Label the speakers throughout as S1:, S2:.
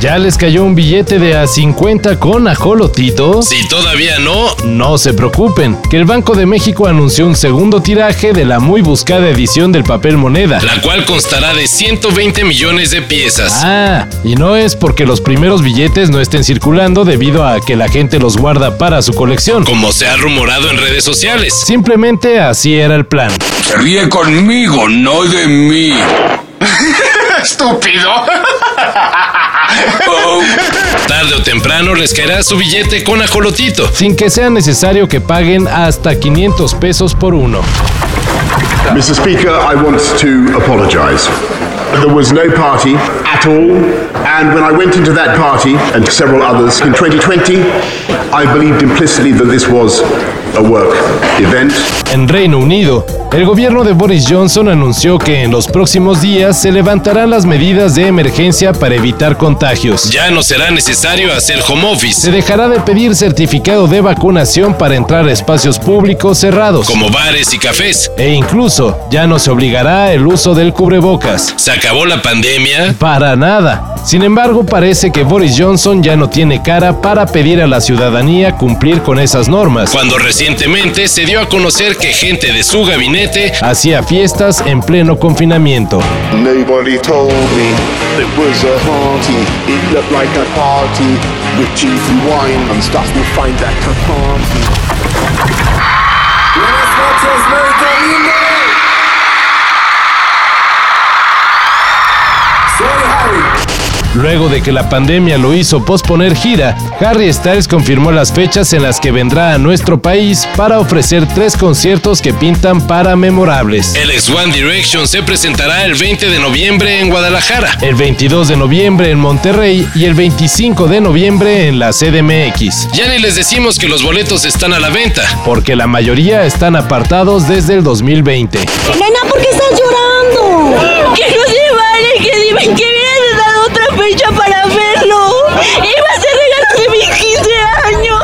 S1: ¿Ya les cayó un billete de a 50 con ajolotito?
S2: Si todavía no,
S1: No se preocupen, que el Banco de México anunció un segundo tiraje de la muy buscada edición del papel moneda.
S2: la cual constará de 120 millones de piezas.
S1: Ah, y no es porque los primeros billetes no estén circulando debido a que la gente los guarda para su colección.
S2: Como se ha rumorado en redes sociales.
S1: Simplemente así era el plan.
S3: Se ríe conmigo, no de mí.
S4: Estúpido.
S3: Oh,
S2: Tarde o temprano les caerá su billete con ajolotito.
S1: Sin que sea necesario que paguen hasta 500 pesos por uno.
S5: Mr. Speaker, I want to apologise. There was no party at all, and when I went into that party and several others in 2020, I believed implicitly that this was a work event.
S1: En Reino Unido, el gobierno de Boris Johnson anunció que en los próximos días se levantarán las medidas de emergencia para evitar contagios.
S2: Ya no será necesario hacer home
S1: Se
S2: office,
S1: dejará de pedir certificado de vacunación para entrar a espacios públicos cerrados.
S2: como bares y cafés.
S1: E incluso ya no se obligará el uso del cubrebocas.
S2: Se acabó la pandemia.
S1: Para nada. Sin embargo, parece que Boris Johnson ya no tiene cara para pedir a la ciudadanía cumplir con esas normas.
S2: Cuando recientemente se dio a conocer que gente de su gabinete
S1: Hacía fiestas en pleno confinamiento.
S6: Nobody told me it was a party. It looked like a party with cheesy wine and stuff. You find that a party.
S1: Luego de que la pandemia lo hizo posponer gira, Harry Styles confirmó las fechas en las que vendrá a nuestro país para ofrecer tres conciertos que pintan para memorables.
S2: El ex One Direction se presentará el 20 de noviembre en Guadalajara.
S1: El 22 de noviembre en Monterrey y el 25 de noviembre en la CDMX,
S2: Ya ni les decimos que los boletos están a la venta.
S1: porque la mayoría están apartados desde el 2020.
S7: Elena, ¿por qué estás llorando? Que no se vale, que si me querías dar otra fecha para verlo. Iba a ser regalo de mis 15 años.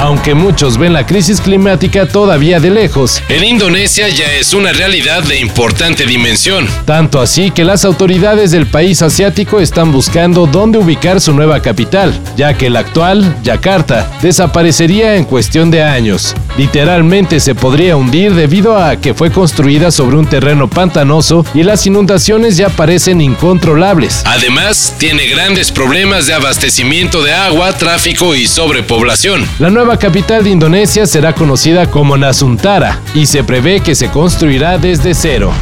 S1: Aunque muchos ven la crisis climática todavía de lejos,
S2: En Indonesia ya es una realidad de importante dimensión.
S1: tanto así que las autoridades del país asiático están buscando dónde ubicar su nueva capital, ya que la actual, Yakarta, desaparecería en cuestión de años. Literalmente se podría hundir debido a que fue construida sobre un terreno pantanoso y las inundaciones ya parecen incontrolables.
S2: Además, tiene grandes problemas de abastecimiento de agua, tráfico y sobrepoblación.
S1: La nueva capital de Indonesia será conocida como Nasuntara y se prevé que se construirá desde cero.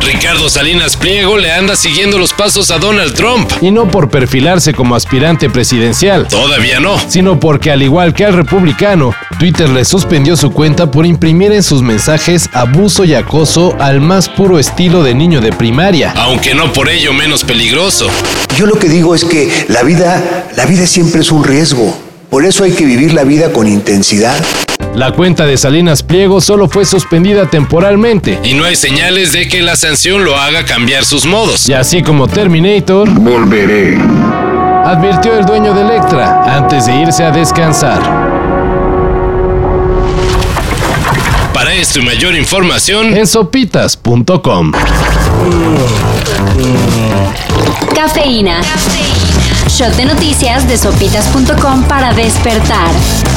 S2: Ricardo Salinas Pliego le anda siguiendo los pasos a Donald Trump.
S1: Y no por perfilarse como aspirante presidencial,
S2: Todavía no.
S1: sino porque al igual que al republicano, Twitter le suspendió su cuenta por imprimir en sus mensajes abuso y acoso al más puro estilo de niño de primaria.
S2: Aunque no por ello menos peligroso.
S8: Yo lo que digo es que la vida, la vida siempre es un riesgo. Por eso hay que vivir la vida con intensidad.
S1: La cuenta de Salinas Pliego solo fue suspendida temporalmente,
S2: Y no hay señales de que la sanción lo haga cambiar sus modos.
S1: y así como Terminator,
S3: volveré.
S1: advirtió el dueño de Electra antes de irse a descansar.
S2: Para esto y mayor información,
S1: En sopitas.com.
S9: Cafeína. Shot de noticias de sopitas.com para despertar.